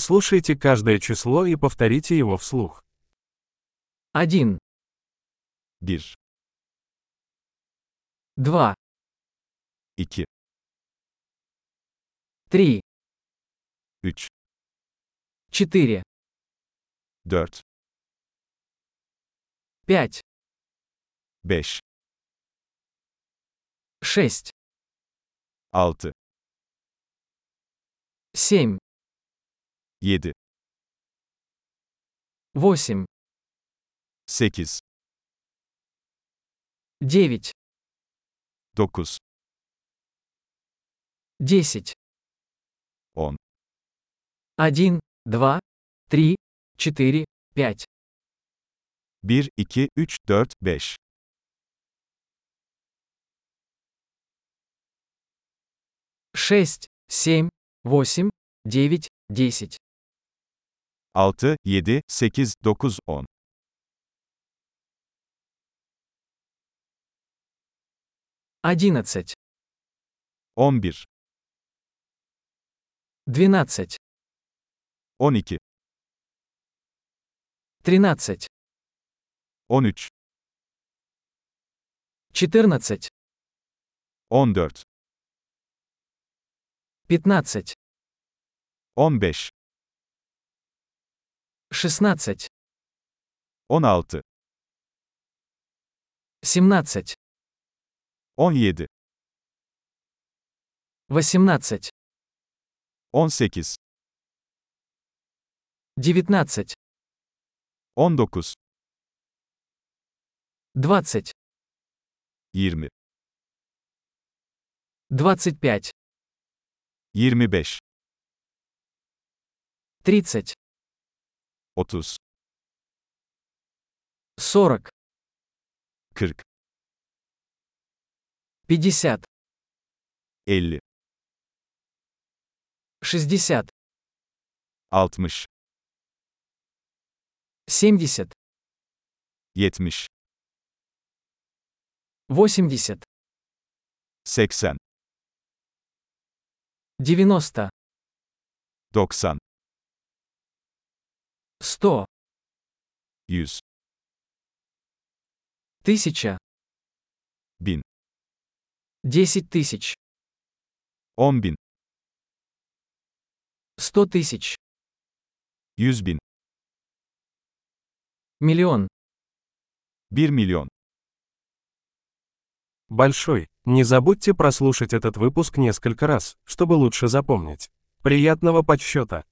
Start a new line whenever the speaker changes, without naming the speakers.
Прослушайте каждое число и повторите его вслух.
Один,
Bir,
два,
iki,
три,
üç,
четыре,
dört,
пять,
beş,
шесть,
altı,
семь,
yedi,
восемь,
sekiz,
девять,
dokuz,
десять.
Он.
Один, два, три, четыре, пять,
bir, iki, üç, dört, beş,
шесть, семь, восемь, девять, десять,
altı, yedi, sekiz, dokuz, on,
одиннадцать,
on bir,
двенадцать,
on iki,
тринадцать,
on üç,
четырнадцать,
on dört,
пятнадцать,
on beş,
шестнадцать,
on altı,
семнадцать,
on yedi,
восемнадцать,
on sekiz,
девятнадцать,
on dokuz,
двадцать,
yirmi,
двадцать пять,
yirmi beş,
тридцать,
otuz,
сорок,
kırk,
пятьдесят,
elli,
шестьдесят,
altmış,
семьдесят,
yetmiş,
восемьдесят,
seksen,
девяносто,
doksan,
сто,
yüz,
тысяча,
bin,
десять тысяч,
on bin,
сто тысяч,
yüz bin,
миллион.
bir milyon.
Большой. Не забудьте прослушать этот выпуск несколько раз, чтобы лучше запомнить. Приятного подсчета!